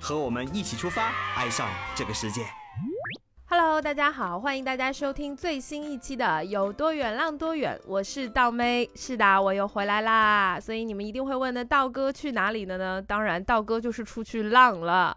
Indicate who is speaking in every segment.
Speaker 1: 和我们一起出发，爱上这个世界。
Speaker 2: Hello，大家好，欢迎大家收听最新一期的《有多远浪多远》，我是道妹。是的，我又回来啦。所以你们一定会问的，道哥去哪里了呢？当然，道哥就是出去浪了。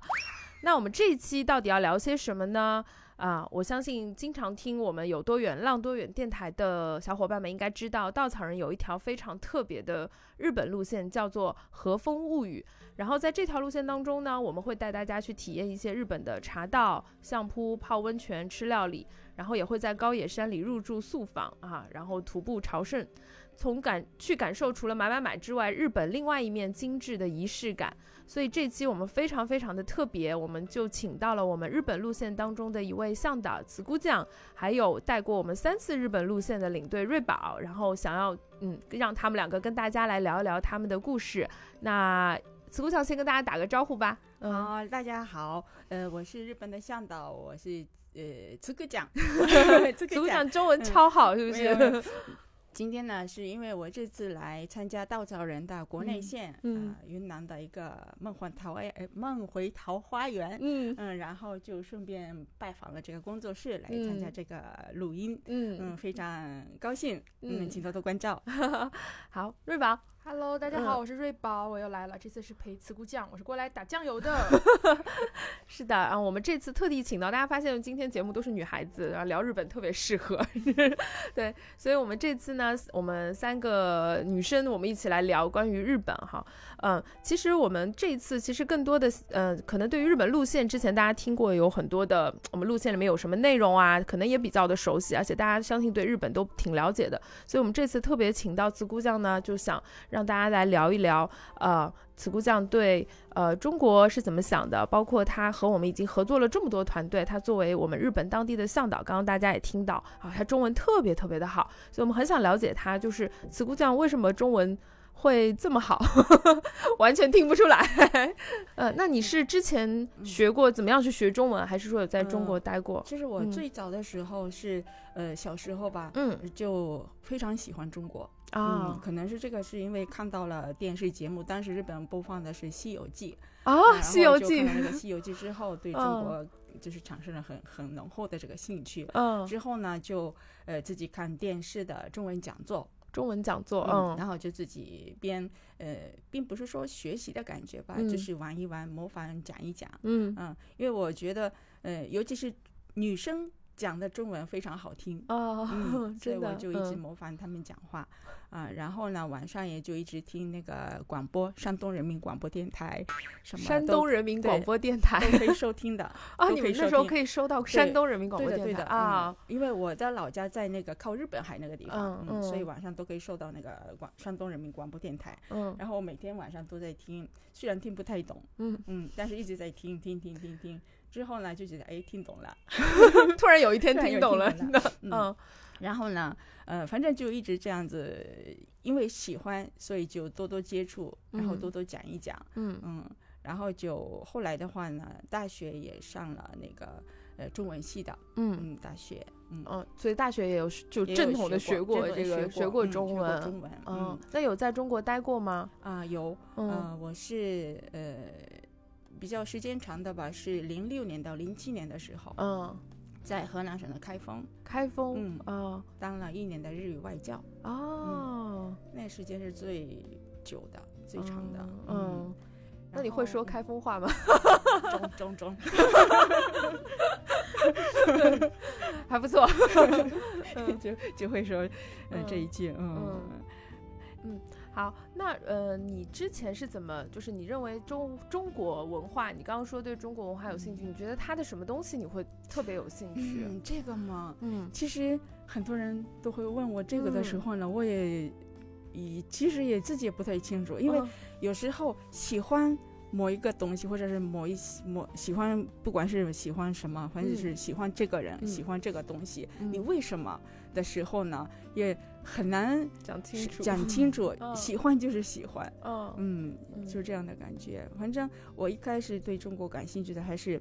Speaker 2: 那我们这一期到底要聊些什么呢？啊，我相信经常听我们有多远浪多远电台的小伙伴们应该知道，稻草人有一条非常特别的日本路线，叫做和风物语。然后在这条路线当中呢，我们会带大家去体验一些日本的茶道、相扑、泡温泉、吃料理，然后也会在高野山里入住宿房啊，然后徒步朝圣，从感去感受除了买买买之外，日本另外一面精致的仪式感。所以这期我们非常非常的特别，我们就请到了我们日本路线当中的一位向导慈姑酱，还有带过我们三次日本路线的领队瑞宝，然后想要嗯让他们两个跟大家来聊一聊他们的故事。那慈姑酱先跟大家打个招呼吧。嗯，
Speaker 3: 好、大家好，呃，我是日本的向导，我是呃，这个 奖，这
Speaker 2: 慈
Speaker 3: 个
Speaker 2: 姑
Speaker 3: 奖
Speaker 2: 酱中文超好，是不嗯
Speaker 3: 没有 没
Speaker 2: 是？
Speaker 3: 今天呢，是因为我这次来参加稻草人的国内
Speaker 2: 嗯
Speaker 3: 线，啊、
Speaker 2: 嗯
Speaker 3: 云南的一个梦幻桃哎，呃梦回桃 花源，
Speaker 2: 嗯
Speaker 3: 嗯，然后就顺便拜访了这个工作室，来参加
Speaker 2: 嗯
Speaker 3: 这个录音，嗯，
Speaker 2: 嗯，
Speaker 3: 非常高兴，嗯，
Speaker 2: 嗯
Speaker 3: 请多多关照。
Speaker 2: 好，瑞宝，
Speaker 4: Hello，大家
Speaker 2: 嗯
Speaker 4: 好，我是瑞宝，我又来了。这次是陪茨姑酱，我是过来打酱油的。
Speaker 2: 是的啊，我们这次特地请到大家，发现今天节目都是女孩子，然后聊日本特别适合。 对，所以我们这次呢，我们三个女生，我们一起来聊关于日本哈。嗯，其实我们这次其实更多的，呃，可能对于日本路线，之前大家听过有很多的，我们路线里面有什么内容啊，可能也比较的熟悉，而且大家相信对日本都挺了解的。所以我们这次特别请到慈姑酱呢，就想让大家来聊一聊，呃，慈姑酱对呃，中国是怎么想的？包括他和我们已经合作了这么多团队，他作为我们日本当地的向导，刚刚大家也听到啊，他中文特别特别的好，所以我们很想了解他，就是慈姑酱为什么中文会这么好， 完全听不出来。呃，那你是之前
Speaker 3: 嗯
Speaker 2: 学过怎么样去学中文，还是说有在中国待过？
Speaker 3: 这是我
Speaker 2: 嗯
Speaker 3: 最早的时候是，呃，小时候吧，
Speaker 2: 嗯
Speaker 3: 就非常喜欢中国，嗯，
Speaker 2: 啊
Speaker 3: 可能是这个是因为看到了电视节目，当时日本播放的是《西游记》
Speaker 2: 啊，
Speaker 3: 然
Speaker 2: 《
Speaker 3: 后
Speaker 2: 西游
Speaker 3: 就
Speaker 2: 记
Speaker 3: 看》了这个《西游记》之后，对中
Speaker 2: 嗯
Speaker 3: 国就是产生了很很浓厚的这个兴趣。
Speaker 2: 嗯，
Speaker 3: 之后呢，就呃自己看电视的中文讲座，
Speaker 2: 中文讲座，
Speaker 3: 嗯，
Speaker 2: 嗯
Speaker 3: 然后就自己编呃，并不是说学习的感觉吧，
Speaker 2: 嗯
Speaker 3: 就是玩一玩，模仿讲一讲，
Speaker 2: 嗯
Speaker 3: 嗯，因为我觉得呃，尤其是女生讲的中文非常好听，
Speaker 2: 哦
Speaker 3: 嗯，，所以
Speaker 2: 真的，
Speaker 3: 我就一直
Speaker 2: 嗯
Speaker 3: 模仿他们讲话，啊、然后呢，晚上也就一直听那个广播，山东人民广播电台，什么
Speaker 2: 山
Speaker 3: 都
Speaker 2: 东人民广
Speaker 3: 对
Speaker 2: 播电台
Speaker 3: 都可以收 听的
Speaker 2: 啊，
Speaker 3: 都
Speaker 2: 你
Speaker 3: 可
Speaker 2: 们
Speaker 3: 以
Speaker 2: 那
Speaker 3: 收
Speaker 2: 时候
Speaker 3: 听
Speaker 2: 可以收到
Speaker 3: 对
Speaker 2: 山东人民广
Speaker 3: 对
Speaker 2: 播
Speaker 3: 的，
Speaker 2: 电
Speaker 3: 对
Speaker 2: 台
Speaker 3: 的
Speaker 2: 啊，
Speaker 3: 嗯因为我的老家在那个靠日本海那个地方，
Speaker 2: 嗯
Speaker 3: 嗯，所以
Speaker 2: 嗯
Speaker 3: 晚上都可以收到那个广山东人民广播电台，
Speaker 2: 嗯
Speaker 3: 然后我每天晚上都在听，虽然听不太懂，
Speaker 2: 嗯，
Speaker 3: 嗯，但是一直在听听听听听，之后呢就觉得哎听懂了，
Speaker 2: 突然有一天
Speaker 3: 突然
Speaker 2: 听
Speaker 3: 有
Speaker 2: 懂了，
Speaker 3: 听
Speaker 2: 真
Speaker 3: 懂
Speaker 2: 的
Speaker 3: 嗯，
Speaker 2: 嗯
Speaker 3: 然后呢，呃，反正就一直这样子，因为喜欢，所以就多多接触，然后
Speaker 2: 嗯
Speaker 3: 多多讲一讲，
Speaker 2: 嗯
Speaker 3: 嗯，然后就后来的话呢，大学也上了那个呃中文系的，
Speaker 2: 嗯
Speaker 3: 嗯，大学，嗯。
Speaker 2: 嗯，所以大学也有就
Speaker 3: 也有
Speaker 2: 正统的学
Speaker 3: 过
Speaker 2: 这个
Speaker 3: 学
Speaker 2: 过
Speaker 3: 嗯
Speaker 2: 中文，
Speaker 3: 中文，
Speaker 2: 嗯
Speaker 3: 嗯，
Speaker 2: 那有在中国待过吗？
Speaker 3: 啊有，
Speaker 2: 嗯
Speaker 3: 呃，我是呃比较时间长的吧，是零六年到零七年的时候，
Speaker 2: 嗯，
Speaker 3: 在河南省的开封
Speaker 2: 开封
Speaker 3: 嗯
Speaker 2: 啊
Speaker 3: 当了一年的日语外教，
Speaker 2: 哦，
Speaker 3: 那时间是最久的、嗯最长的，
Speaker 2: 嗯嗯，那你会说开封话吗？
Speaker 3: 封中嗯中中，
Speaker 2: 还不错，嗯
Speaker 3: 就就会说呃这一句，嗯
Speaker 2: 嗯。好，那呃，你之前是怎么？就是你认为中中国文化，你刚刚说对中国文化有兴趣，你觉得它的什么东西你会特别有兴 趣？啊
Speaker 3: 嗯，这个嘛，
Speaker 2: 嗯
Speaker 3: 其实很多人都会问我这个的时
Speaker 2: 嗯
Speaker 3: 候呢，我
Speaker 2: 嗯
Speaker 3: 也，也其实也自己也不太清楚，因为有时候喜欢某一个东西，或者是某一某喜欢，不管是喜欢什么，
Speaker 2: 嗯
Speaker 3: 反正是喜欢这个人，
Speaker 5: 嗯
Speaker 3: 喜欢这个东西，你
Speaker 5: 嗯
Speaker 3: 为什么的时候呢，也很难
Speaker 5: 讲清楚，
Speaker 3: 讲清楚。
Speaker 2: 嗯
Speaker 3: 喜欢就是喜欢，
Speaker 5: 嗯
Speaker 3: 嗯，
Speaker 2: 嗯
Speaker 3: 就这样的感觉。反正我一开始对中国感兴趣的还是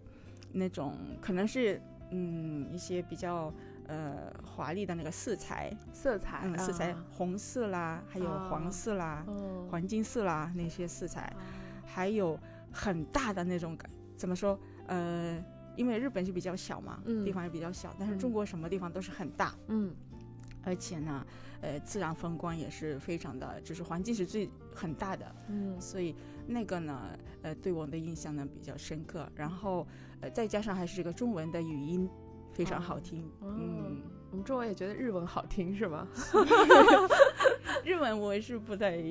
Speaker 3: 那种，可能是嗯一些比较呃华丽的那个色彩，
Speaker 5: 色彩
Speaker 3: 嗯， 色彩
Speaker 5: 啊
Speaker 3: 红色啦，还有
Speaker 5: 啊
Speaker 3: 黄色啦、
Speaker 5: 嗯
Speaker 3: 黄金色啦那些色彩，还有很大的那种感，怎么说？呃，因为日本是比较小嘛，
Speaker 5: 嗯
Speaker 3: 地方也比较小，但是
Speaker 5: 嗯
Speaker 3: 中国什么地方都是很大，
Speaker 5: 嗯
Speaker 3: 而且呢，呃，自然风光也是非常的，就是环境是最很大的，
Speaker 5: 嗯
Speaker 3: 所以那个呢，呃，对我的印象呢比较深刻。然后，呃，再加上还是这个中文的语音非常好听，
Speaker 5: 哦
Speaker 3: 嗯，
Speaker 5: 我们中文也觉得日文好听是吗？
Speaker 3: 日文我是不太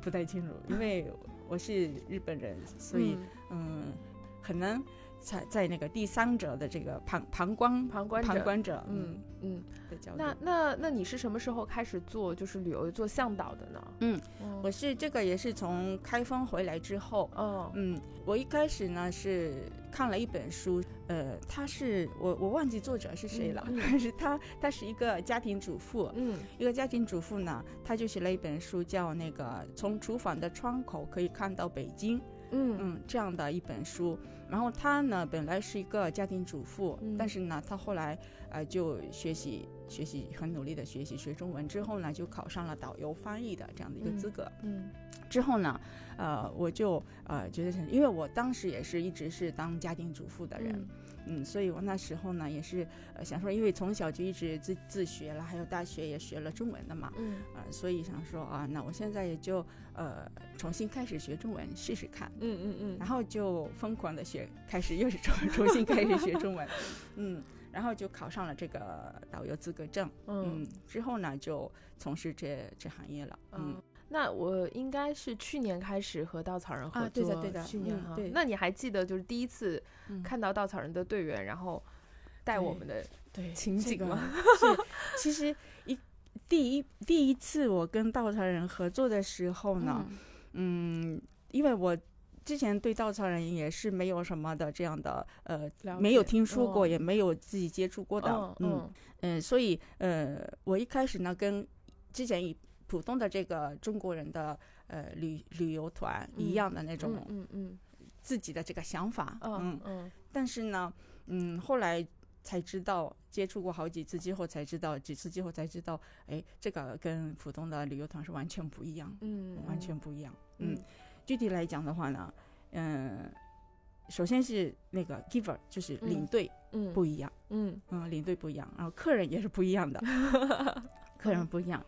Speaker 3: 不太清楚，因为我是日本人，所以嗯很难在在那个第三者的这个旁旁观
Speaker 5: 嗯旁观者
Speaker 3: 旁观者
Speaker 5: 嗯
Speaker 3: 嗯
Speaker 5: 嗯，
Speaker 3: 的角度。
Speaker 5: 那那那你是什么时候开始做就是旅游做向导的呢？
Speaker 3: 嗯
Speaker 5: 嗯，
Speaker 3: 我是这个也是从开封回来之后，
Speaker 5: 哦
Speaker 3: 嗯，我一开始呢是看了一本书，呃，他是我我忘记作者是谁了，
Speaker 5: 嗯嗯
Speaker 3: 但是他他是一个家庭主妇，
Speaker 5: 嗯
Speaker 3: 一个家庭主妇呢，她就写了一本书，叫那个从厨房的窗口可以看到北京，
Speaker 5: 嗯
Speaker 3: 嗯，这样的一本书。然后她呢本来是一个家庭主妇，
Speaker 5: 嗯
Speaker 3: 但是呢她后来呃就学习学习很努力的学习学中文之后呢，就考上了导游翻译的这样的一个
Speaker 5: 嗯
Speaker 3: 资格。
Speaker 5: 嗯
Speaker 3: 之后呢，呃，我就呃觉得是，因为我当时也是一直是当家庭主妇的人，嗯所以我那时候呢也是呃想说，因为从小就一直自自学了，还有大学也学了中文的嘛，
Speaker 5: 嗯
Speaker 3: 啊、所以想说啊，那我现在也就呃重新开始学中文试试看。
Speaker 5: 嗯嗯嗯
Speaker 3: 然后就疯狂的学，开始又是重 重新开始学中文，嗯，然后就考上了这个导游资格证，
Speaker 5: 嗯
Speaker 3: 嗯，之后呢就从事这这行业了，嗯，
Speaker 5: 嗯。那我应该是去年开始和稻草人合作，
Speaker 3: 啊对的对的
Speaker 5: 去年
Speaker 3: 嗯
Speaker 5: 哈。
Speaker 3: 对
Speaker 5: 那你还记得就是第一次
Speaker 3: 嗯
Speaker 5: 看到稻草人的队员，然后带我们的
Speaker 3: 对
Speaker 5: 情
Speaker 3: 这
Speaker 5: 景
Speaker 3: 个
Speaker 5: 吗
Speaker 3: 是，其实一第一第一次我跟稻草人合作的时候呢，嗯因为我之前对稻草人也是没有什么的这样的呃，
Speaker 5: 了
Speaker 3: 没有
Speaker 5: 解
Speaker 3: 听说过，
Speaker 5: 哦
Speaker 3: 也没有自己接触过的，
Speaker 5: 嗯
Speaker 3: 嗯
Speaker 5: 嗯
Speaker 3: 嗯、呃所以呃，我一开始呢跟之前以普通的这个中国人的。呃，旅旅游团一
Speaker 5: 嗯
Speaker 3: 样的那种
Speaker 5: 嗯嗯
Speaker 3: 自己的这个想法，
Speaker 5: 嗯嗯
Speaker 3: 但是呢，嗯，后来才知道，接触过好几次之后才知道，几次之后才知道，哎，这个跟普通的旅游团是完全不一样，
Speaker 5: 嗯，
Speaker 3: 完全不一样。
Speaker 5: 嗯
Speaker 3: 嗯，具体来讲的话呢，嗯、首先是那个 giver，就是
Speaker 5: 嗯
Speaker 3: 领队
Speaker 5: 嗯
Speaker 3: 不一样，
Speaker 5: 嗯
Speaker 3: 嗯领队不一样，然后客人也是不一样的，客人不一样。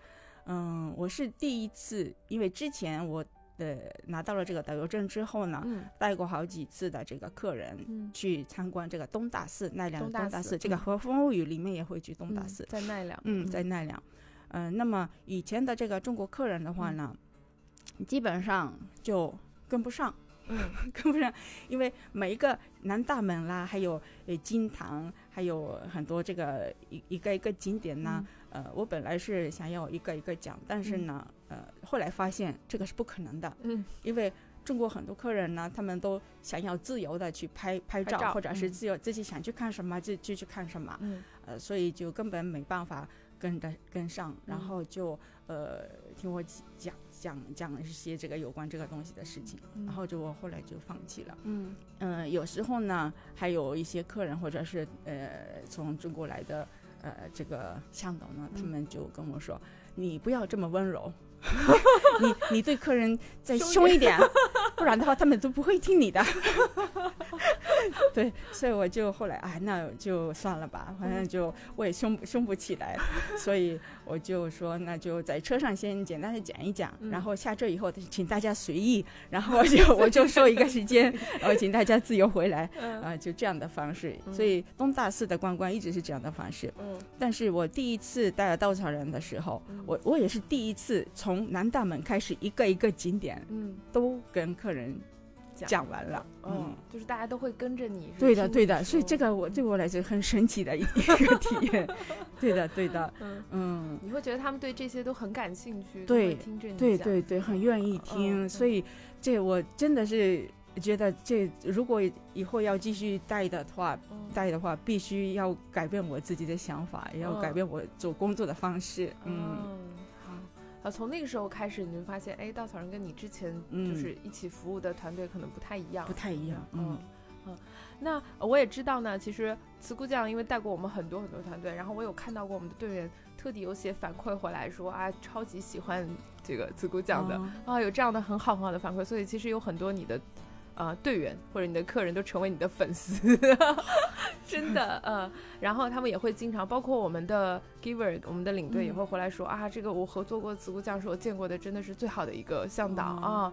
Speaker 3: 嗯，我是第一次，因为之前我呃拿到了这个导游证之后呢，
Speaker 5: 嗯
Speaker 3: 带过好几次的这个客人，
Speaker 5: 嗯，
Speaker 3: 去参观这个东大寺奈良的
Speaker 5: 东大
Speaker 3: 东大
Speaker 5: 寺
Speaker 3: 寺，这个
Speaker 5: 嗯
Speaker 3: 和风物语里面也会去东大寺，
Speaker 5: 在奈良，
Speaker 3: 嗯，在奈良，嗯、那么以前的这个中国客人的话呢，基本上就跟不上，
Speaker 5: 嗯
Speaker 3: 跟不上，因为每一个南大门啦，还有呃金堂，还有很多这个一一个一个景点呐，呃，我本来是想要一个一个讲，但是呢，呃，后来发现这个是不可能的，
Speaker 5: 嗯
Speaker 3: 因为中国很多客人呢，他们都想要自由的去拍拍照，
Speaker 5: 拍照
Speaker 3: 或者是
Speaker 5: 嗯
Speaker 3: 自由、自己想去看什么就就去看什么，
Speaker 5: 嗯
Speaker 3: 呃，所以就根本没办法跟得跟上，然
Speaker 5: 嗯
Speaker 3: 后就呃听我讲讲讲一些这个有关这个东西的事情，
Speaker 5: 嗯
Speaker 3: 然后就我后来就放弃了。
Speaker 5: 嗯
Speaker 3: 嗯、有时候呢，还有一些客人或者是呃从中国来的呃这个向导呢，他
Speaker 5: 嗯
Speaker 3: 们就跟我说：“你不要这么温柔， 你你对客人再
Speaker 5: 凶一
Speaker 3: 凶一点， 不然的话他们都不会听 你的。”对，所以我就后来哎，那就算了
Speaker 5: 嗯
Speaker 3: 吧，反正就我也凶不凶不起来，所以我就说那就在车上先简单的讲一讲，
Speaker 5: 嗯
Speaker 3: 然后下车以后请大家随意，然后我 就我就说一个时间，然后请大家自由回来。啊、
Speaker 5: 嗯
Speaker 3: 就这样的方式，
Speaker 5: 嗯
Speaker 3: 所以东大寺的观光一直是这样的方式。但是我第一次带了稻草人的时候，
Speaker 5: 嗯
Speaker 3: 我我也是第一次从南大门开始，一个一个景点
Speaker 5: 嗯
Speaker 3: 都跟客人
Speaker 5: 讲。
Speaker 3: 讲完了，嗯
Speaker 2: 嗯，，就是大家都会跟着你。是
Speaker 3: 对的
Speaker 2: 听
Speaker 3: 对
Speaker 2: 你
Speaker 3: 的，所以
Speaker 2: 说嗯
Speaker 3: 这个我对我来说很神奇的一一个体 验，对的对的，
Speaker 2: 嗯，
Speaker 3: 嗯。
Speaker 2: 你会觉得他们对这些都很感兴趣，都
Speaker 3: 对
Speaker 2: 会听着你
Speaker 3: 对
Speaker 2: 讲，
Speaker 3: 对对，很愿意听，
Speaker 2: 嗯
Speaker 3: 所以这我真的是觉得这如果以后要继续带的话，
Speaker 2: 嗯
Speaker 3: 带的话必须要改变我自己的想法，也要改
Speaker 2: 嗯
Speaker 3: 变我做工作的方式。嗯，
Speaker 2: 好。啊，从那个时候开始，你就发现，哎，稻草人跟你之前
Speaker 3: 嗯
Speaker 2: 就是一起服务的团队可能不太一样
Speaker 3: 不。太一样。嗯，
Speaker 2: 嗯，那呃我也知道呢，其实慈姑酱因为带过我们很多很多团队，然后我有看到过我们的队员特地有写反馈回来说啊，超级喜欢这个慈姑酱的、
Speaker 3: 哦
Speaker 2: 啊，有这样的很好很好的反馈，所以其实有很多你的。啊，队员或者你的客人都成为你的粉丝， 真的，呃，然后他们也会经常，包括我们的 giver，我们的领队也
Speaker 3: 嗯
Speaker 2: 会回来说、啊，这个我合作过慈姑酱是我见过的，真的是最好的一个向导、
Speaker 3: 哦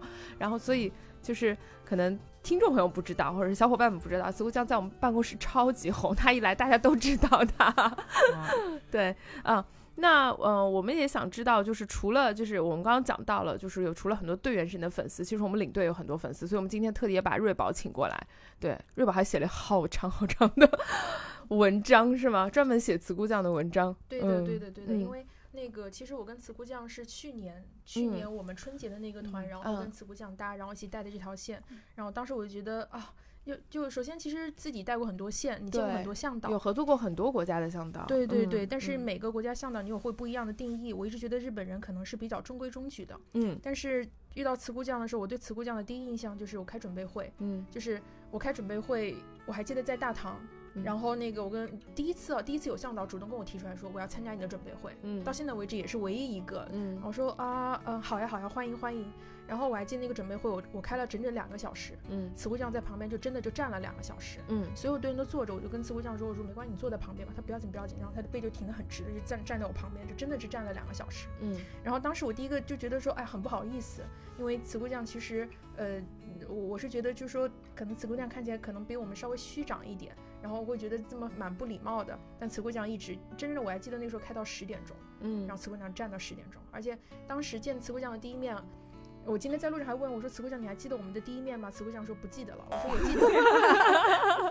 Speaker 2: 啊，然后所以就是可能听众朋友不知道，或者是小伙伴们不知道，子姑酱在我们办公室超级红，她一来大家都知道她。
Speaker 3: 哇
Speaker 2: 对，啊、那呃，我们也想知道，就是除了就是我们刚刚讲到了，就是有除了很多队员是你的粉丝，其实我们领队有很多粉丝，所以我们今天特地也把瑞宝请过来。对，瑞宝还写了好长好长的 文章是吗？专门写子姑酱的文章。
Speaker 4: 对的，
Speaker 2: 嗯
Speaker 4: 对的，对的，
Speaker 2: 嗯
Speaker 4: 因为那个其实我跟慈姑酱是去年，去
Speaker 2: 嗯
Speaker 4: 年我们春节的那个团，
Speaker 3: 嗯
Speaker 4: 然后
Speaker 2: 嗯
Speaker 4: 跟慈姑酱搭，然后一起带的这条线，然后当时我就觉得啊，就就首先其实自己带过很多线，你见过
Speaker 2: 对
Speaker 4: 很多向
Speaker 2: 有
Speaker 4: 导。
Speaker 2: 合作过很多国家的向导。
Speaker 4: 对对
Speaker 2: 嗯
Speaker 4: 对，但是
Speaker 2: 嗯
Speaker 4: 每个国家向导你有会不一样的定义。我一直觉得日本人可能是比较中规中矩的，
Speaker 2: 嗯
Speaker 4: 但是遇到慈姑酱的时候，我对慈姑酱的第一印象就是我开准备会，
Speaker 2: 嗯
Speaker 4: 就是我开准备会，我还记得在大堂，
Speaker 2: 嗯
Speaker 4: 然后那个我跟第一次啊，第一次有向导主动跟我提出来说我要参加你的准备会，
Speaker 2: 嗯
Speaker 4: 到现在为止也是唯一一个。
Speaker 2: 嗯
Speaker 4: 我说啊，嗯，好呀好呀，欢迎欢迎。然后我还记得那个准备会，我我开了整整两个小时，
Speaker 2: 嗯
Speaker 4: 慈姑酱在旁边就真的就站了两个小时，
Speaker 2: 嗯
Speaker 4: 所有队员都坐着，我就跟慈姑酱说，我说没关系，你坐在旁边吧，他不要紧不要紧。然后他的背就挺得很直的，就站站在我旁边，就真的是站了两个小时。
Speaker 2: 嗯
Speaker 4: 然后当时我第一个就觉得说，哎，很不好意思，因为慈姑酱其实，呃，我我是觉得就是说，可能慈姑酱看起来可能比我们稍微虚长一点，然后会觉得这么蛮不礼貌的。但慈姑酱一直，真的我还记得那时候开到十点钟，
Speaker 2: 嗯
Speaker 4: 让慈姑酱站到十点钟，而且当时见慈姑酱的第一面。我今天在路上还问我说：“慈姑酱，你还记得我们的第一面吗？”慈姑酱说：“不记得了。”我说：“我记得。” 我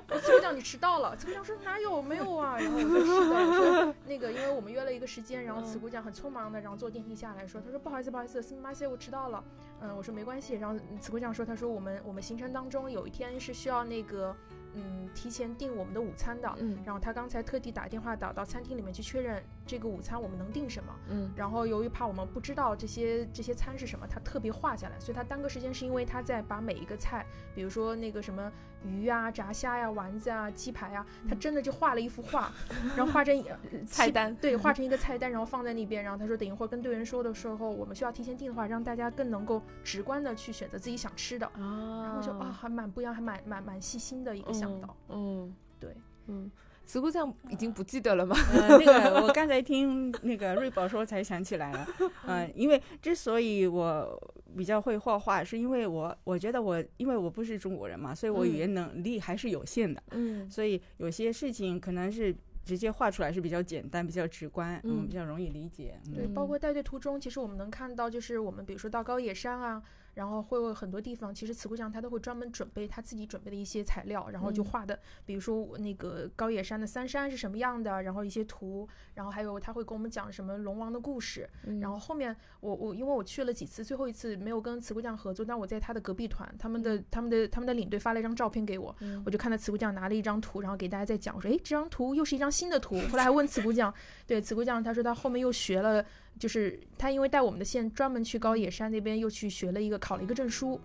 Speaker 4: 说：“慈姑酱，你迟到了。”慈姑酱说：“哪有，没有啊。”然后我说：“是的。”我说：“那个，因为我们约了一个时间，然后慈姑酱很匆忙的，然后坐电梯下来说，他说不好意思，不好意思，马谢，我迟到了。”嗯，我说没关系。然后慈姑酱说：“他说我们我们行程当中有一天是需要那个嗯提前订我们的午餐的。”
Speaker 2: 嗯
Speaker 4: 然后他刚才特地打电话打到餐厅里面去确认这个午餐我们能订什么。
Speaker 2: 嗯
Speaker 4: 然后由于怕我们不知道这些这些餐是什么，他特别画下来，所以他耽搁时间是因为他在把每一个菜，比如说那个什么鱼啊、炸虾呀、丸子啊、鸡排啊，他真的就画了一幅 画，然后画成一呃
Speaker 2: 嗯菜
Speaker 4: 七
Speaker 2: 单
Speaker 4: 对，画成一个菜单，然后放在那边。然后他说，等一会儿跟队员说的时候，我们需要提前订的话，让大家更能够直观的去选择自己想吃的。
Speaker 2: 啊
Speaker 4: 然后就啊，还蛮不一样，还蛮蛮蛮细心的一个向导。
Speaker 2: 嗯，嗯
Speaker 4: 对，
Speaker 2: 嗯，慈姑酱已经不记得了吗？
Speaker 3: 呃，那个我刚才听那个瑞宝说才想起来了，嗯、因为之所以我比较会画画，是因为我我觉得我因为我不是中国人嘛，所以我
Speaker 2: 嗯
Speaker 3: 语言能力还是有限的，
Speaker 2: 嗯
Speaker 3: 所以有些事情可能是直接画出来是比较简单、比较直观，嗯，
Speaker 2: 嗯
Speaker 3: 比较容易理解。嗯
Speaker 4: 对，包括带队途中，其实我们能看到，就是我们比如说到高野山啊，然后会有很多地方，其实慈姑酱他都会专门准备他自己准备的一些材料，然后就
Speaker 2: 嗯
Speaker 4: 画的，比如说那个高野山的三山是什么样的，然后一些图，然后还有他会跟我们讲什么龙王的故事，
Speaker 2: 嗯
Speaker 4: 然后后面我我因为我去了几次，最后一次没有跟慈姑酱合作，但我在他的隔壁团，他们的他们的他们的领队发了一张照片给我，
Speaker 2: 嗯
Speaker 4: 我就看到慈姑酱拿了一张图，然后给大家在讲，我说，诶，这张图又是一张新的图。后来还问慈姑酱，对慈姑酱，他说他后面又学了，就是他因为带我们的线专门去高野山那边又去学了一个考了一个证书，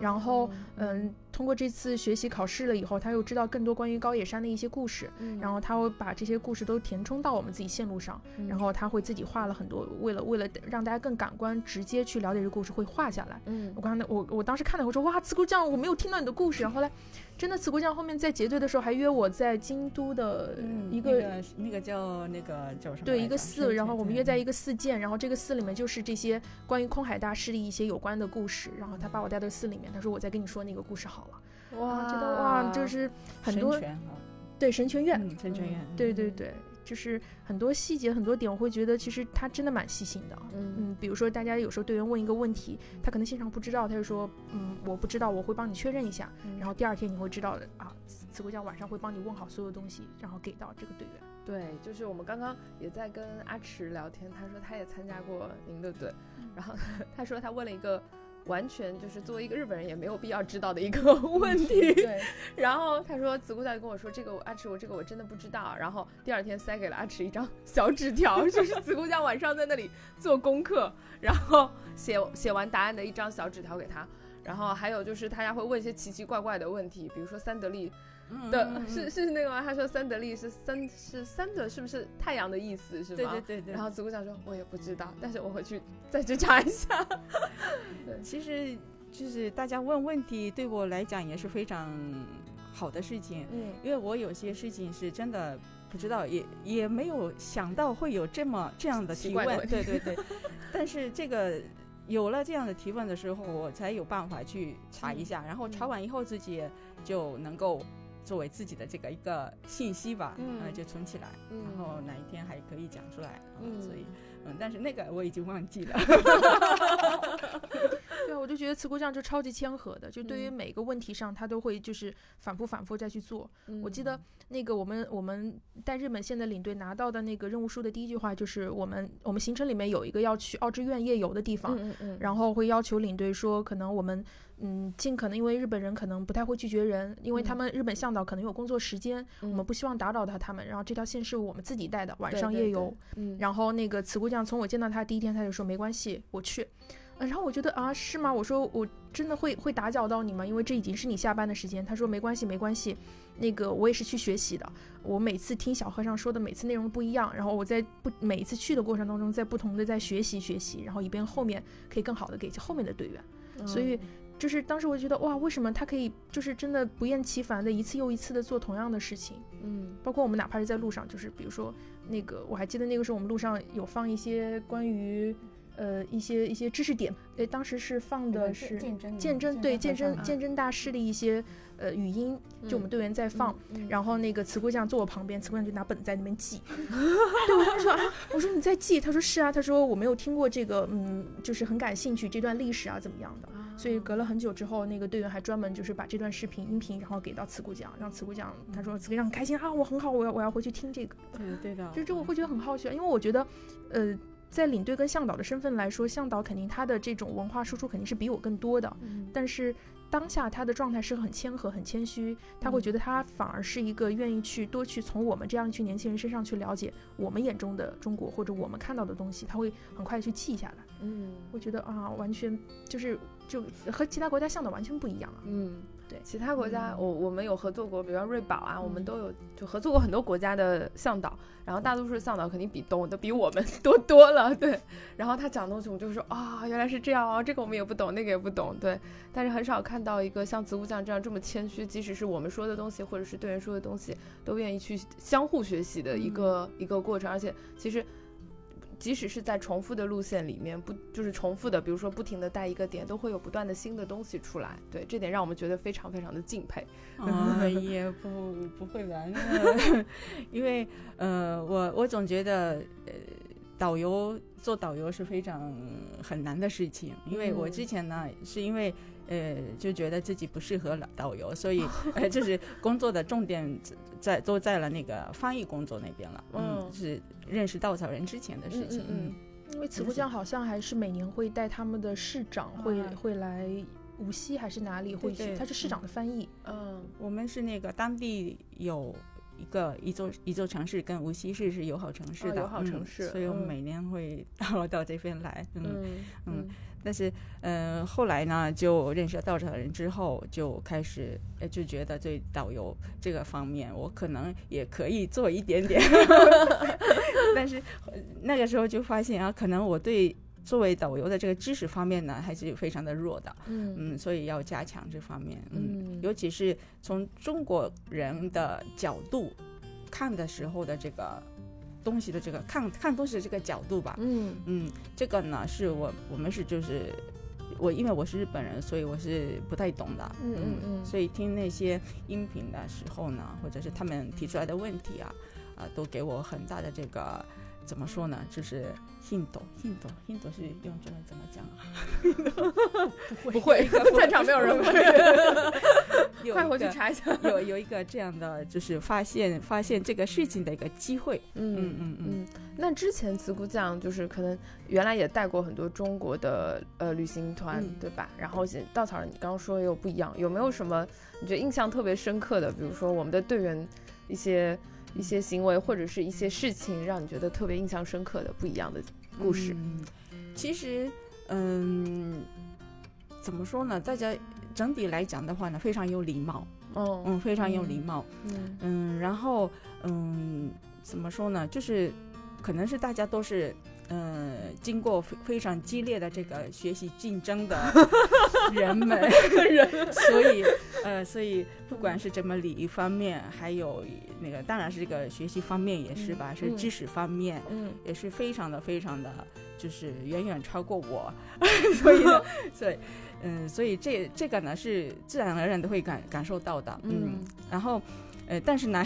Speaker 4: 然
Speaker 2: 哦
Speaker 4: 后嗯，通过这次学习考试了以后，他又知道更多关于高野山的一些故事，
Speaker 2: 嗯
Speaker 4: 然后他会把这些故事都填充到我们自己线路上，
Speaker 2: 嗯
Speaker 4: 然后他会自己画了很多，为了为了让大家更感官直接去了解这个故事，会画下来。
Speaker 2: 嗯
Speaker 4: 我刚才我我当时看到我说哇，刺姑酱，我没有听到你的故事。然后后来，真的刺姑酱后面在结队的时候还约我在京都的
Speaker 3: 嗯
Speaker 4: 一个、
Speaker 3: 那个那个叫那个叫什么来着？嗯
Speaker 4: 对一个
Speaker 3: 是
Speaker 4: 寺，然后我们约在一
Speaker 3: 个
Speaker 4: 个寺见，然后这个寺里面就是这些关于空海大师的一些有关的故事。然后他把我带到寺里面，他说我再跟你说那个故事好了。啊
Speaker 2: 哇
Speaker 4: 觉得哇，就是很多
Speaker 3: 神泉啊
Speaker 4: 对神泉院，
Speaker 3: 嗯，神泉院，
Speaker 4: 对对对，就是很多细节很多点，我会觉得其实他真的蛮细心的。
Speaker 5: 嗯，
Speaker 4: 嗯，比如说大家有时候队员问一个问题，他可能现场不知道，他就说，嗯，我不知道，我会帮你确认一下，
Speaker 5: 嗯
Speaker 4: 然后第二天你会知道的啊。子国酱晚上会帮你问好所有东西，然后给到这个队员。
Speaker 2: 对，就是我们刚刚也在跟阿池聊天，他说他也参加过您的队，
Speaker 4: 嗯
Speaker 2: 然后他说他问了一个完全就是作为一个日本人也没有必要知道的一个问题，
Speaker 4: 嗯对，
Speaker 2: 然后他说子姑教练跟我说这个我阿池我这个我真的不知道，然后第二天塞给了阿池一张小纸条，就是子姑酱晚上在那里做功课，然后写写完答案的一张小纸条给他。然后还有就是，大家会问一些奇奇怪怪的问题，比如说三得利
Speaker 3: 嗯
Speaker 2: 的、 是是那个吗？他说三得利是三是三的，是不是太阳的意思是吗？
Speaker 3: 对对对对。
Speaker 2: 然后子姑讲说，我也不知道，但是我回去再去查一下。
Speaker 3: 其实就是大家问问题，对我来讲也是非常好的事情，
Speaker 2: 嗯
Speaker 3: 因为我有些事情是真的不知道，也也没有想到会有这么这样的
Speaker 2: 奇
Speaker 3: 提
Speaker 2: 怪的
Speaker 3: 问
Speaker 2: 问，
Speaker 3: 对对对。但是这个有了这样的提问的时候，我才有办法去查一下，然后查完以后自己也就能够作为自己的这个一个信息吧，
Speaker 2: 嗯
Speaker 3: 呃就存起来，
Speaker 2: 嗯
Speaker 3: 然后哪一天还可以讲出来，
Speaker 2: 嗯
Speaker 3: 嗯，所以嗯，但是那个我已经忘记了。
Speaker 4: 对啊，我就觉得慈姑酱就超级谦和的，就对于
Speaker 2: 嗯
Speaker 4: 每个问题上，他都会就是反复反复再去做。我记
Speaker 2: 嗯
Speaker 4: 得那个我们我们带日本线的领队拿到的那个任务书的第一句话就是我们我们行程里面有一个要去奥之院夜游的地方，
Speaker 2: 嗯嗯
Speaker 4: 然后会要求领队说，可能我们嗯尽可能，因为日本人可能不太会拒绝人，因为他
Speaker 2: 嗯
Speaker 4: 们日本向导可能有工作时间，
Speaker 2: 嗯
Speaker 4: 我们不希望打扰到他们。然后这条线是我们自己带的，晚
Speaker 2: 对
Speaker 4: 上
Speaker 2: 对
Speaker 4: 夜游。
Speaker 2: 嗯
Speaker 4: 然后那个慈姑酱从我见到他第一天，他就说没关系，我去。嗯然后我觉得啊，是吗？我说我真的会会打搅到你吗？因为这已经是你下班的时间。他说没关系，没关系。那个我也是去学习的，我每次听小和尚说的每次内容不一样，然后我在不每一次去的过程当中，在不同的在学习学习，然后以便后面可以更好的给后面的队员。
Speaker 2: 嗯
Speaker 4: 所以就是当时我就觉得哇，为什么他可以就是真的不厌其烦的一次又一次的做同样的事情？
Speaker 2: 嗯
Speaker 4: 包括我们哪怕是在路上，就是比如说那个，我还记得那个时候我们路上有放一些关于呃一些一些知识点，诶，当时是放的是
Speaker 6: 鉴真
Speaker 4: 鉴真对鉴真
Speaker 6: 和尚
Speaker 4: 鉴真大师的一些呃语音，就我们队员在放。
Speaker 2: 嗯
Speaker 4: 然后那个慈姑酱坐我旁边，慈姑酱就拿本子在那边记。对，我当时 说啊，我说你在记，他说是啊，他说我没有听过这个，嗯，就是很感兴趣这段历史啊怎么样
Speaker 2: 哦
Speaker 4: 的。所以隔了很久之后，那个队员还专门就是把这段视频音频，然后给到慈姑酱，让慈姑酱，他说慈姑酱很开心啊，我很好，我要我要回去听这个。
Speaker 3: 对对的，
Speaker 4: 就这我会觉得很好奇，啊因为我觉得，呃，在领队跟向导的身份来说，向导肯定他的这种文化输出肯定是比我更多的，
Speaker 2: 嗯
Speaker 4: 但是当下他的状态是很谦和、很谦虚，他会觉得他反而是一个愿意去多去从我们这样一群年轻人身上去了解我们眼中的中国或者我们看到的东西，他会很快地去记下来。
Speaker 2: 嗯
Speaker 4: 我觉得啊，完全就是就和其他国家向导完全不一样啊。
Speaker 2: 嗯。
Speaker 4: 对
Speaker 2: 其他国家，
Speaker 4: 嗯
Speaker 2: 我我们有合作过，比如说瑞宝啊，我们
Speaker 4: 嗯
Speaker 2: 都有就合作过很多国家的向导，然后大多数向导肯定比懂的比我们多多了，对。然后他讲东西，我们就说啊、原来是这样哦，这个我们也不懂，那个也不懂，对。但是很少看到一个像子午酱这样这么谦虚，即使是我们说的东西，或者是队员说的东西，都愿意去相互学习的一
Speaker 4: 嗯
Speaker 2: 个、一个过程，而且其实。即使是在重复的路线里面，不就是重复的，比如说不停的带一个点，都会有不断的新的东西出来。对，这点让我们觉得非常非常的敬佩。
Speaker 3: 啊， 也不不会玩， 呃因为呃，我我总觉得呃，导游做导游是非常很难的事情，因为我
Speaker 2: 嗯
Speaker 3: 之前呢是因为。呃，就觉得自己不适合了导游，所以呃，就是工作的重点在都在了那个翻译工作那边了。
Speaker 2: 嗯
Speaker 3: 嗯，是认识稻草人之前的事情。
Speaker 2: 嗯嗯
Speaker 4: 因为慈
Speaker 3: 真
Speaker 4: 姑
Speaker 3: 是
Speaker 4: 酱好像还是每年会带他们的市长会、
Speaker 3: 啊
Speaker 4: 会来无锡还是哪里会去，
Speaker 3: 对
Speaker 4: 他是市长的翻译。
Speaker 2: 嗯
Speaker 3: 我们是那个当地有一个一座一座城市跟无锡市是友好城市
Speaker 2: 哦
Speaker 3: 的，
Speaker 2: 友好城市
Speaker 3: 嗯，所以我们
Speaker 2: 嗯
Speaker 3: 每年会到 到这边来，嗯，
Speaker 2: 嗯
Speaker 3: 嗯但是嗯、呃后来呢，就认识到稻草人之后，就开始呃就觉得对导游这个方面，我可能也可以做一点 点，但是呃那个时候就发现啊，可能我对。作为导游的这个知识方面呢，还是非常的弱的，
Speaker 2: 嗯
Speaker 3: 嗯，所以要加强这方面，嗯
Speaker 2: 嗯
Speaker 3: 尤其是从中国人的角度看的时候的这个东西的这个看看东西的这个角度吧，
Speaker 2: 嗯
Speaker 3: 嗯，这个呢是我我们是就是我因为我是日本人，所以我是不太懂的，
Speaker 2: 嗯嗯嗯
Speaker 3: 所以听那些音频的时候呢，或者是他们提出来的问题啊，啊，都给我很大的这个怎么说呢，就是印度，印度，印度是用中文怎么讲啊？
Speaker 4: 不会，在场没有人会，
Speaker 3: 有
Speaker 4: 快
Speaker 3: 一
Speaker 4: 回去
Speaker 3: 个
Speaker 4: 查 一下。
Speaker 3: 有有一个这样的，就是发现发现这个事情的一个机会。
Speaker 2: 嗯
Speaker 3: 嗯嗯嗯，
Speaker 2: 嗯，那之前茨姑酱就是可能原来也带过很多中国的呃旅行团，
Speaker 3: 嗯
Speaker 2: 对吧？然后现稻草人，你刚刚说也有不一样，有没有什么你觉得印象特别深刻的？比如说我们的队员一些一些行为或者是一些事情，让你觉得特别印象深刻的不一样的故事？
Speaker 3: 嗯其实，嗯，怎么说呢？大家整体来讲的话呢，非常有礼貌，
Speaker 2: 哦，
Speaker 3: 嗯，非常有礼
Speaker 2: 嗯
Speaker 3: 貌。
Speaker 2: 嗯
Speaker 3: 嗯，然后嗯，怎么说呢？就是可能是大家都是。呃，经过非非常激烈的这个学习竞争的人们，人，所以呃，所以不管是怎么礼仪方面，还有那个，当然是这个学习方面也是吧，是知识方面，
Speaker 2: 嗯，
Speaker 3: 也是非常的非常的，就是远远超过我，所以呢，所以，嗯，所以这这个呢是自然而然的会感感受到的，嗯，然后，呃，但是呢，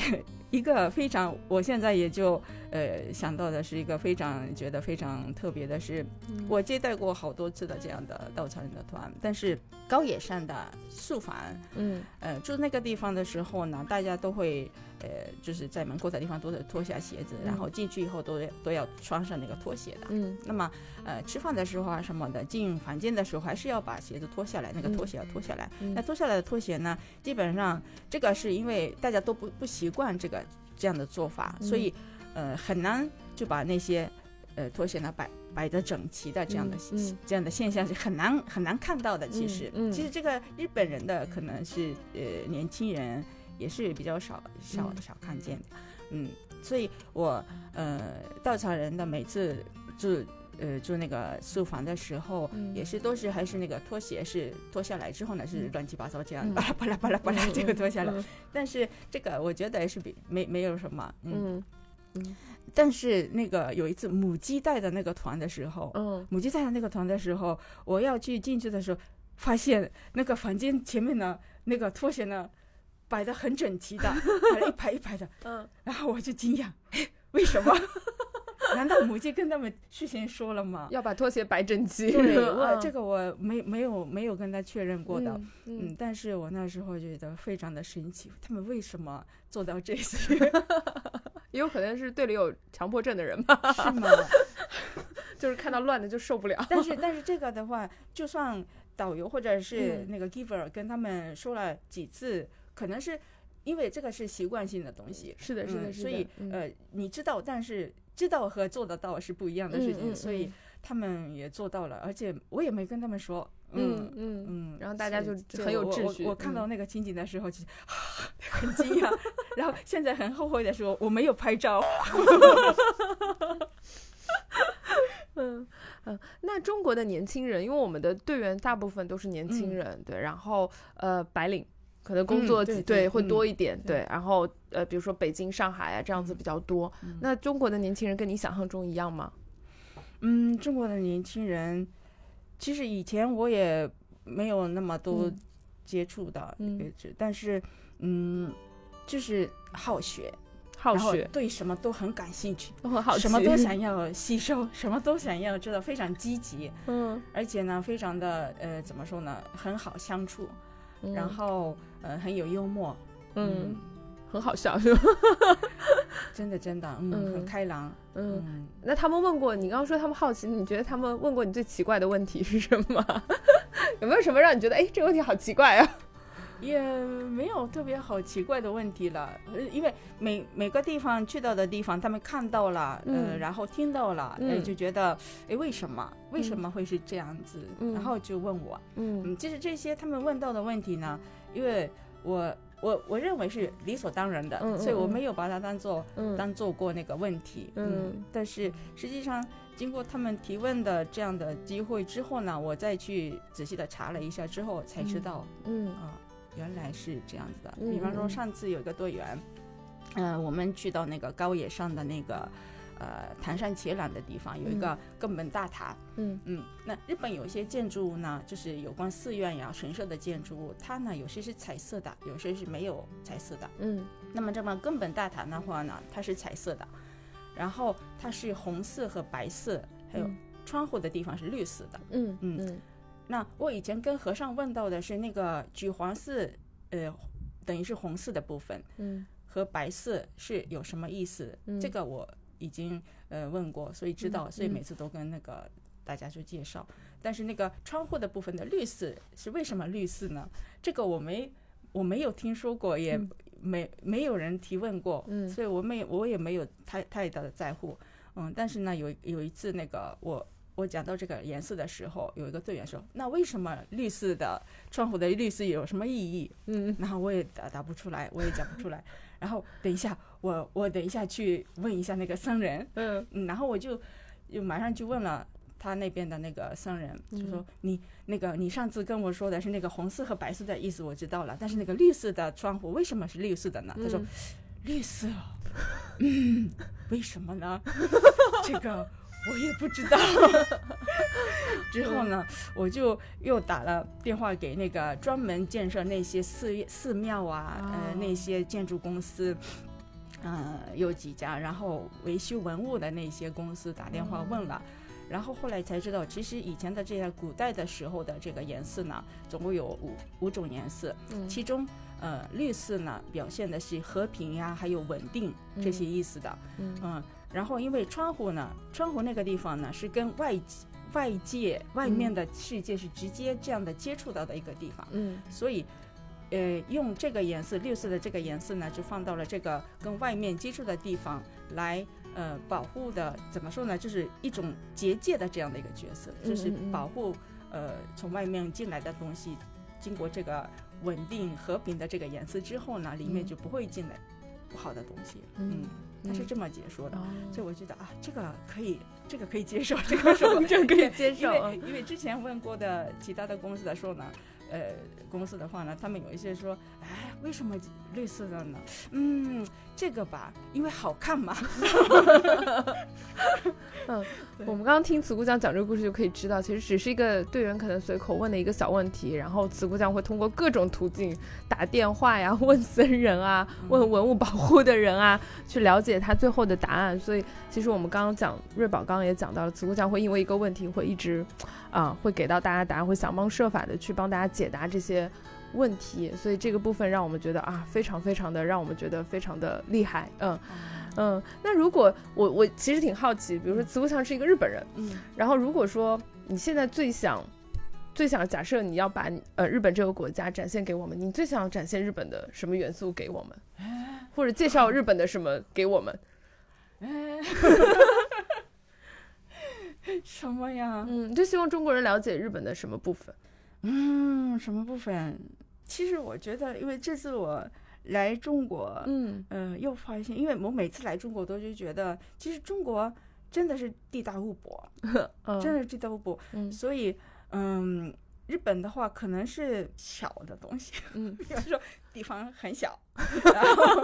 Speaker 3: 一个非常，我现在也就呃想到的是一个非常觉得非常特别的是，我接待过好多次的这样的稻草人的团，但是高野山的素凡，
Speaker 2: 嗯
Speaker 3: 呃，住那个地方的时候呢，大家都会呃，就是在门口的地方都得脱下鞋子，然后进去以后都都要穿上那个拖鞋的。
Speaker 2: 嗯
Speaker 3: 那么，呃，吃饭的时候啊什么的，进房间的时候还是要把鞋子脱下来，那个拖鞋要脱下来。
Speaker 2: 嗯
Speaker 3: 那脱下来的拖鞋呢，基本上这个是因为大家都不不习惯这个这样的做法，所以
Speaker 2: 嗯
Speaker 3: 呃很难就把那些呃拖鞋呢摆摆得整齐的这样的、
Speaker 2: 嗯嗯
Speaker 3: 这样的现象是很难很难看到的。其实，
Speaker 2: 嗯
Speaker 3: 其实这个日本人的可能是呃年轻人也是比较少少
Speaker 2: 嗯
Speaker 3: 少看见的，嗯，所以我呃稻草人的每次住呃住那个宿房的时候，
Speaker 2: 嗯
Speaker 3: 也是都是还是那个拖鞋是脱下来之后呢是
Speaker 2: 嗯
Speaker 3: 乱七八糟这样、
Speaker 2: 嗯
Speaker 3: 巴拉巴拉巴拉巴拉
Speaker 2: 嗯
Speaker 3: 这个脱下来，
Speaker 2: 嗯
Speaker 3: 但是这个我觉得也是比没没有什么，嗯，
Speaker 2: 嗯
Speaker 3: 但是那个有一次母鸡带的那个团的时候，
Speaker 2: 嗯
Speaker 3: 母鸡带的那个团的时候，我要去进去的时候，发现那个房间前面呢那个拖鞋呢摆的很整齐 的，摆了一排一排的，
Speaker 2: 嗯
Speaker 3: 然后我就惊讶，哎，为什么？ 难道母鸡跟他们事先说了吗？
Speaker 2: 要把拖鞋摆整齐。嗯
Speaker 3: 对， 我这
Speaker 2: 个
Speaker 3: 个我没没有没有跟他确认过的，嗯，但是我那时候觉得非常的神奇，他们为什么做到这 些？
Speaker 2: 也有可能是队里有强迫症的人吧，
Speaker 3: 是吗？
Speaker 2: 就是看到乱的就受不了。
Speaker 3: 但是但是这个的话，就算导游或者是
Speaker 2: 嗯
Speaker 3: 那个 giver 跟他们说了几次，可能是因为这个是习惯性的东西，
Speaker 2: 是的，是的，
Speaker 3: 嗯
Speaker 2: 是的。
Speaker 3: 所以、
Speaker 2: 嗯
Speaker 3: 呃，你知道，但是知道和做得到是不一样的事
Speaker 2: 嗯
Speaker 3: 情，
Speaker 2: 嗯
Speaker 3: 所以
Speaker 2: 嗯
Speaker 3: 他们也做到了，而且我也没跟他们说，
Speaker 2: 嗯嗯，
Speaker 3: 嗯，
Speaker 2: 然后大家
Speaker 3: 所以
Speaker 2: 就很有
Speaker 3: 我
Speaker 2: 秩
Speaker 3: 我
Speaker 2: 序
Speaker 3: 我看到
Speaker 2: 嗯
Speaker 3: 那个情景的时候，就 很惊讶， 然后现在很后悔的说我没有拍照。
Speaker 2: 嗯嗯，那中国的年轻人，因为我们的队员大部分都是年轻
Speaker 3: 嗯
Speaker 2: 人，对，然后呃白领可能工作
Speaker 3: 嗯对
Speaker 2: 几
Speaker 3: 对
Speaker 2: 对会
Speaker 3: 嗯
Speaker 2: 多一点，
Speaker 3: 对
Speaker 2: 对，然后呃比如说北京、上海啊这样子比较多。那中国的年轻人跟你想象中一样吗？
Speaker 3: 嗯，中国的年轻人，其实以前我也没有那么多
Speaker 2: 嗯
Speaker 3: 接触的，
Speaker 2: 嗯
Speaker 3: 呃只但是嗯，就是好学，
Speaker 2: 好
Speaker 3: 然后
Speaker 2: 学，
Speaker 3: 对什么都很感兴趣，
Speaker 2: 我很好奇，
Speaker 3: 什么都想要吸收，什么都想要知道，非常积极，
Speaker 2: 嗯，
Speaker 3: 而且呢，非常的呃，怎么说呢，很好相处，
Speaker 2: 嗯，
Speaker 3: 然后呃，很有幽默，
Speaker 2: 嗯，很好笑是吧？
Speaker 3: 真的真的，嗯，
Speaker 2: 嗯
Speaker 3: 很开朗，
Speaker 2: 嗯，
Speaker 3: 嗯，
Speaker 2: 那他们问过你，刚刚说他们好奇，你觉得他们问过你最奇怪的问题是什么？ 有没有什么让你觉得哎这个问题好奇怪啊？
Speaker 3: 也没有特别好奇怪的问题了，呃因为每每个地方去到的地方，他们看到了，呃，
Speaker 2: 嗯
Speaker 3: 然后听到了，呃，
Speaker 2: 嗯
Speaker 3: 就觉得，哎，为什么为什么会是这样子？
Speaker 2: 嗯
Speaker 3: 然后就问我，
Speaker 2: 嗯
Speaker 3: 嗯，其实这些他们问到的问题呢，因为我我我认为是理所当然的，
Speaker 2: 嗯嗯
Speaker 3: 所以我
Speaker 2: 嗯
Speaker 3: 没有把它当做
Speaker 2: 嗯
Speaker 3: 当做过那个问题，
Speaker 2: 嗯
Speaker 3: 但是实际上经过他们提问的这样的机会之后呢，我再去仔细的查了一下之后才知
Speaker 2: 嗯
Speaker 3: 道。
Speaker 2: 嗯
Speaker 3: 啊，原来是这样子的。
Speaker 2: 嗯
Speaker 3: 比
Speaker 2: 嗯
Speaker 3: 方说
Speaker 2: 嗯
Speaker 3: 呃上次有一个队员，嗯、我们去到那个高野上的那个呃谈善且懒的地方，有一个根本大塔。
Speaker 4: 嗯
Speaker 3: 嗯，那日本有些建筑物呢，就是有关寺院呀、神社的建筑物，它呢有些是彩色的，有些是没有彩色的。
Speaker 4: 嗯
Speaker 3: 那么这么根本大塔的话呢，它是彩色的，然后它是红色和白色，还有
Speaker 4: 嗯
Speaker 3: 窗户的地方是绿色的。
Speaker 4: 嗯
Speaker 3: 嗯
Speaker 4: 嗯
Speaker 3: 那我以前跟和尚问到的是那个橘黄色，呃，等于是红色的部分
Speaker 4: 嗯
Speaker 3: 和白色是有什么意思？
Speaker 4: 嗯
Speaker 3: 这个我已经呃问过，所以知道，
Speaker 4: 嗯
Speaker 3: 所以
Speaker 4: 嗯
Speaker 3: 每次都跟那个大家就介绍。但是那个窗户的部分的绿色是为什么绿色呢？这个我没我没有听说过，也
Speaker 4: 嗯
Speaker 3: 没、没有人提问过，
Speaker 4: 嗯
Speaker 3: 所以我没我也没有太太大的在乎。嗯，但是呢，有有一次那个我我讲到这个颜色的时候，有一个队员说：“那为什么绿色的窗户的绿色有什么意义？”
Speaker 4: 嗯，
Speaker 3: 然后我也答答不出来，我也讲不出来。然后等一下，我我等一下去问一下那个僧人，
Speaker 4: 嗯
Speaker 3: 嗯，然后我就就马上去问了他那边的那个僧人，就说、你那个你上次跟我说的是那个红色和白色的意思，我知道了，但是那个绿色的窗户为什么是绿色的呢？他说
Speaker 4: 嗯
Speaker 3: 绿色，嗯，为什么呢？这个我也不知道。之后呢，我就又打了电话给那个专门建设那些寺寺庙啊，呃，那些建筑公司。呃，有几家，然后维修文物的那些公司打电话问了，然后后来才知道，其实以前的这些古代的时候的这个颜色呢，总共有五五种颜色，
Speaker 4: 嗯
Speaker 3: 其中呃绿色呢表现的是和平呀，还有稳定这些意思的，
Speaker 4: 嗯
Speaker 3: 嗯，然后因为窗户呢，窗户那个地方呢是跟外界外界外面的世界是直接这样的接触到的一个地方，
Speaker 4: 嗯
Speaker 3: 所以，呃，用这个颜色，绿色的这个颜色呢，就放到了这个跟外面接触的地方来，呃，保护的怎么说呢，就是一种结界的这样的一个角色，就是
Speaker 4: 嗯嗯嗯
Speaker 3: 保护呃从外面进来的东西，经过这个稳定和平的这个颜色之后呢，里面
Speaker 4: 嗯
Speaker 3: 就不会进来不好的东西，
Speaker 4: 嗯
Speaker 3: 嗯，他是
Speaker 4: 嗯
Speaker 3: 这么解说的。
Speaker 4: 哦
Speaker 3: 所以我觉得啊，这个可以，这个可以接受，这个是 我这个可以
Speaker 2: 接受
Speaker 3: 因为因为之前问过的其他的公司的时候呢，呃，公司的话呢，他们有一些说，哎，为什么绿色的呢？嗯，这个吧，因为好看嘛。
Speaker 2: 我们刚刚听慈姑酱讲这个故事，就可以知道，其实只是一个队员可能随口问的一个小问题，然后慈姑酱会通过各种途径，打电话呀，问僧人啊，
Speaker 3: 嗯
Speaker 2: 问文物保护的人啊，去了解他最后的答案。所以，其实我们刚刚讲，瑞宝刚刚也讲到了，慈姑酱会因为一个问题，会一直，啊、会给到大家答案，会想方设法的去帮大家解答这些。问题，所以这个部分让我们觉得啊，非常非常的让我们觉得非常的厉害，嗯，嗯，那如果我我其实挺好奇，比如说慈姑强是一个日本人，
Speaker 3: 嗯，
Speaker 2: 然后如果说你现在最想最想假设你要把你呃日本这个国家展现给我们，你最想展现日本的什么元素给我们，或者介绍日本的什么给我们？
Speaker 3: 嗯 什么呀？
Speaker 2: 嗯，就希望中国人了解日本的什么部分？
Speaker 3: 嗯，什么部分？其实我觉得，因为这次我来中国，
Speaker 2: 嗯
Speaker 3: 嗯、又发现，因为我每次来中国都就觉得，其实中国真的是地大物博，
Speaker 2: 嗯，
Speaker 3: 真的是地大物博。
Speaker 2: 嗯
Speaker 3: 所以，嗯，日本的话可能是小的东西，
Speaker 2: 嗯，
Speaker 3: 比方说地方很小，然 后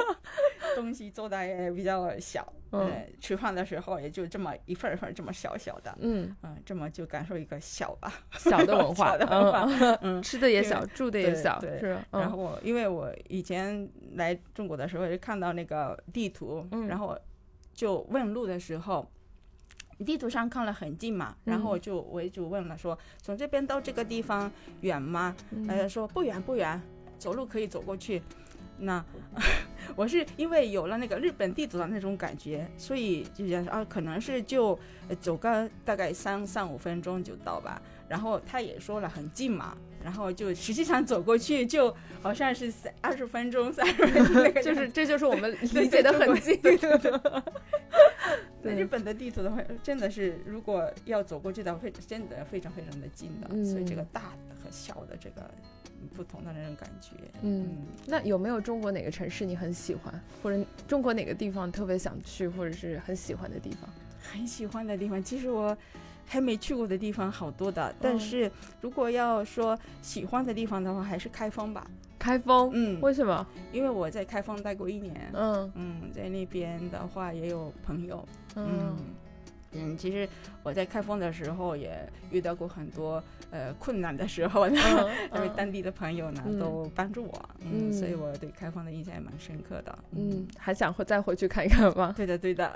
Speaker 3: 东西做的也比较小，
Speaker 2: 嗯
Speaker 3: 呃，吃饭的时候也就这么一份儿一份儿这么小小的，
Speaker 2: 嗯，
Speaker 3: 嗯、这么就感受一个小吧，
Speaker 2: 小的文化，
Speaker 3: 小的文化，
Speaker 2: 嗯，
Speaker 3: 嗯。
Speaker 2: 吃的也
Speaker 3: 对
Speaker 2: 小，住的也
Speaker 3: 对
Speaker 2: 小，
Speaker 3: 对
Speaker 2: 是吧？
Speaker 3: 然
Speaker 2: 嗯
Speaker 3: 后我因为我以前来中国的时候就看到那个地图，
Speaker 2: 嗯
Speaker 3: 然后就问路的时候，地图上看了很近嘛，然
Speaker 2: 嗯
Speaker 3: 后我就我就问了说，从这边到这个地方远吗？
Speaker 2: 嗯
Speaker 3: 大家呃说不远不远，走路可以走过去。那 我是因为有了那个日本地图的那种感觉，所以就觉得啊，可能是就呃走个大概三三五分钟就到吧。然后他也说了很近嘛，然后就实际上走过去就好像是三二十分钟、三十分钟那 个样子，
Speaker 2: 就是这就是我们
Speaker 3: 对
Speaker 2: 理解的痕迹。
Speaker 3: 对对对对
Speaker 2: 对
Speaker 3: 日本的地图的话，真的是如果要走过去的话，非真的非常非常的近的，
Speaker 2: 嗯
Speaker 3: 所以这个大的和小的这个不同的那种感觉，
Speaker 2: 嗯，那有没有中国哪个城市你很喜欢，或者中国哪个地方特别想去，或者是很喜欢的地方？
Speaker 3: 很喜欢的地方，其实我。还没去过的
Speaker 2: 嗯
Speaker 3: 地方好多的，但是如果要说喜欢的地方的话，还是开封吧。
Speaker 2: 开封，
Speaker 3: 嗯，
Speaker 2: 为什么？
Speaker 3: 因为我在开封待过一年，
Speaker 2: 嗯
Speaker 3: 嗯，在那边的话也有朋友，嗯
Speaker 2: 嗯，
Speaker 3: 嗯，其实我在开封的时候也遇到过很多呃困难的时候呢，
Speaker 2: 嗯
Speaker 3: 因为
Speaker 2: 嗯
Speaker 3: 当地的朋友呢、
Speaker 2: 嗯
Speaker 3: 都帮助我，嗯，
Speaker 2: 嗯
Speaker 3: 所以我对开封的印象也蛮深刻的。
Speaker 2: 嗯，，还想回再回去看一看吗？
Speaker 3: 对的对的，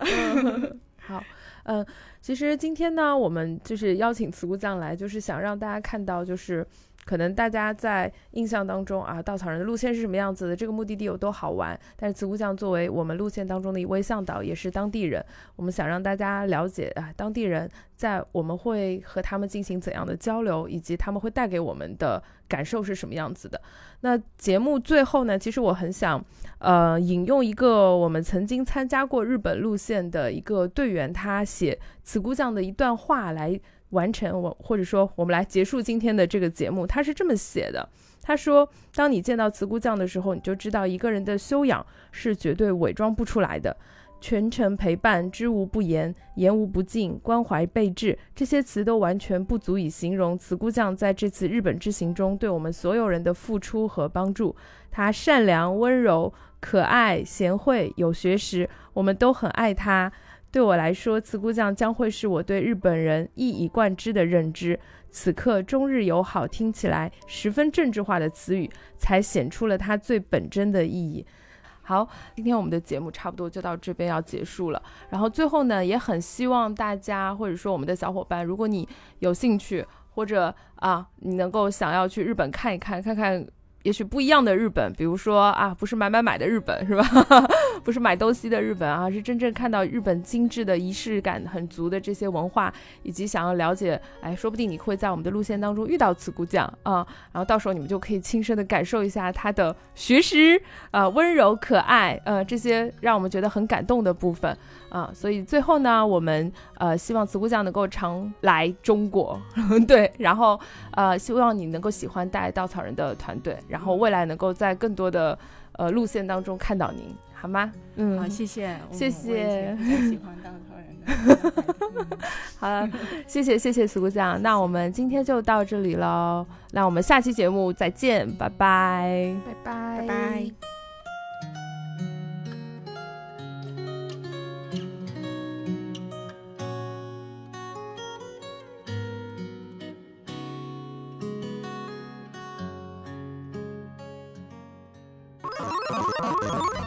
Speaker 2: 好，嗯，其实今天呢，我们就是邀请慈姑酱来，就是想让大家看到，就是可能大家在印象当中啊，稻草人的路线是什么样子的，这个目的地有多好玩。但是慈姑酱作为我们路线当中的一位向导，也是当地人，我们想让大家了解啊，当地人在我们会和他们进行怎样的交流，以及他们会带给我们的感受是什么样子的。那节目最后呢，其实我很想呃，引用一个我们曾经参加过日本路线的一个队员，他写慈姑酱的一段话来完成我，或者说我们来结束今天的这个节目。他是这么写的：他说，当你见到慈姑酱的时候，你就知道一个人的修养是绝对伪装不出来的。全程陪伴，知无不言，言无不尽，关怀备至，这些词都完全不足以形容慈姑酱在这次日本之行中对我们所有人的付出和帮助。他善良、温柔、可爱、贤惠、有学识，我们都很爱她。对我来说，慈姑酱将会是我对日本人一以贯之的认知。此刻，中日友好听起来十分政治化的词语，才显出了它最本真的意义。好，今天我们的节目差不多就到这边要结束了。然后最后呢，也很希望大家或者说我们的小伙伴，如果你有兴趣或者啊，你能够想要去日本看一看，看看也许不一样的日本，比如说啊，不是买买买的日本是吧？不是买东西的日本啊，是真正看到日本精致的仪式感很足的这些文化，以及想要了解，哎，说不定你会在我们的路线当中遇到茨姑酱啊，然后到时候你们就可以亲身的感受一下她的学识啊、温柔可爱，呃，这些让我们觉得很感动的部分啊。所以最后呢，我们呃希望茨姑酱能够常来中国， 对，然后呃，希望你能够喜欢带稻草人的团队，然后未来能够在更多的呃路线当中看到您，好吗？嗯，
Speaker 3: 好，谢谢，我
Speaker 2: 谢
Speaker 3: 我也
Speaker 2: 谢
Speaker 3: 非常喜欢稻草 人的嗯。
Speaker 2: 好 了，谢谢谢谢苏姑酱，那我们今天就到这里喽，那我们下期节目再见，拜拜。
Speaker 4: 拜
Speaker 3: 拜
Speaker 4: 拜
Speaker 3: 拜。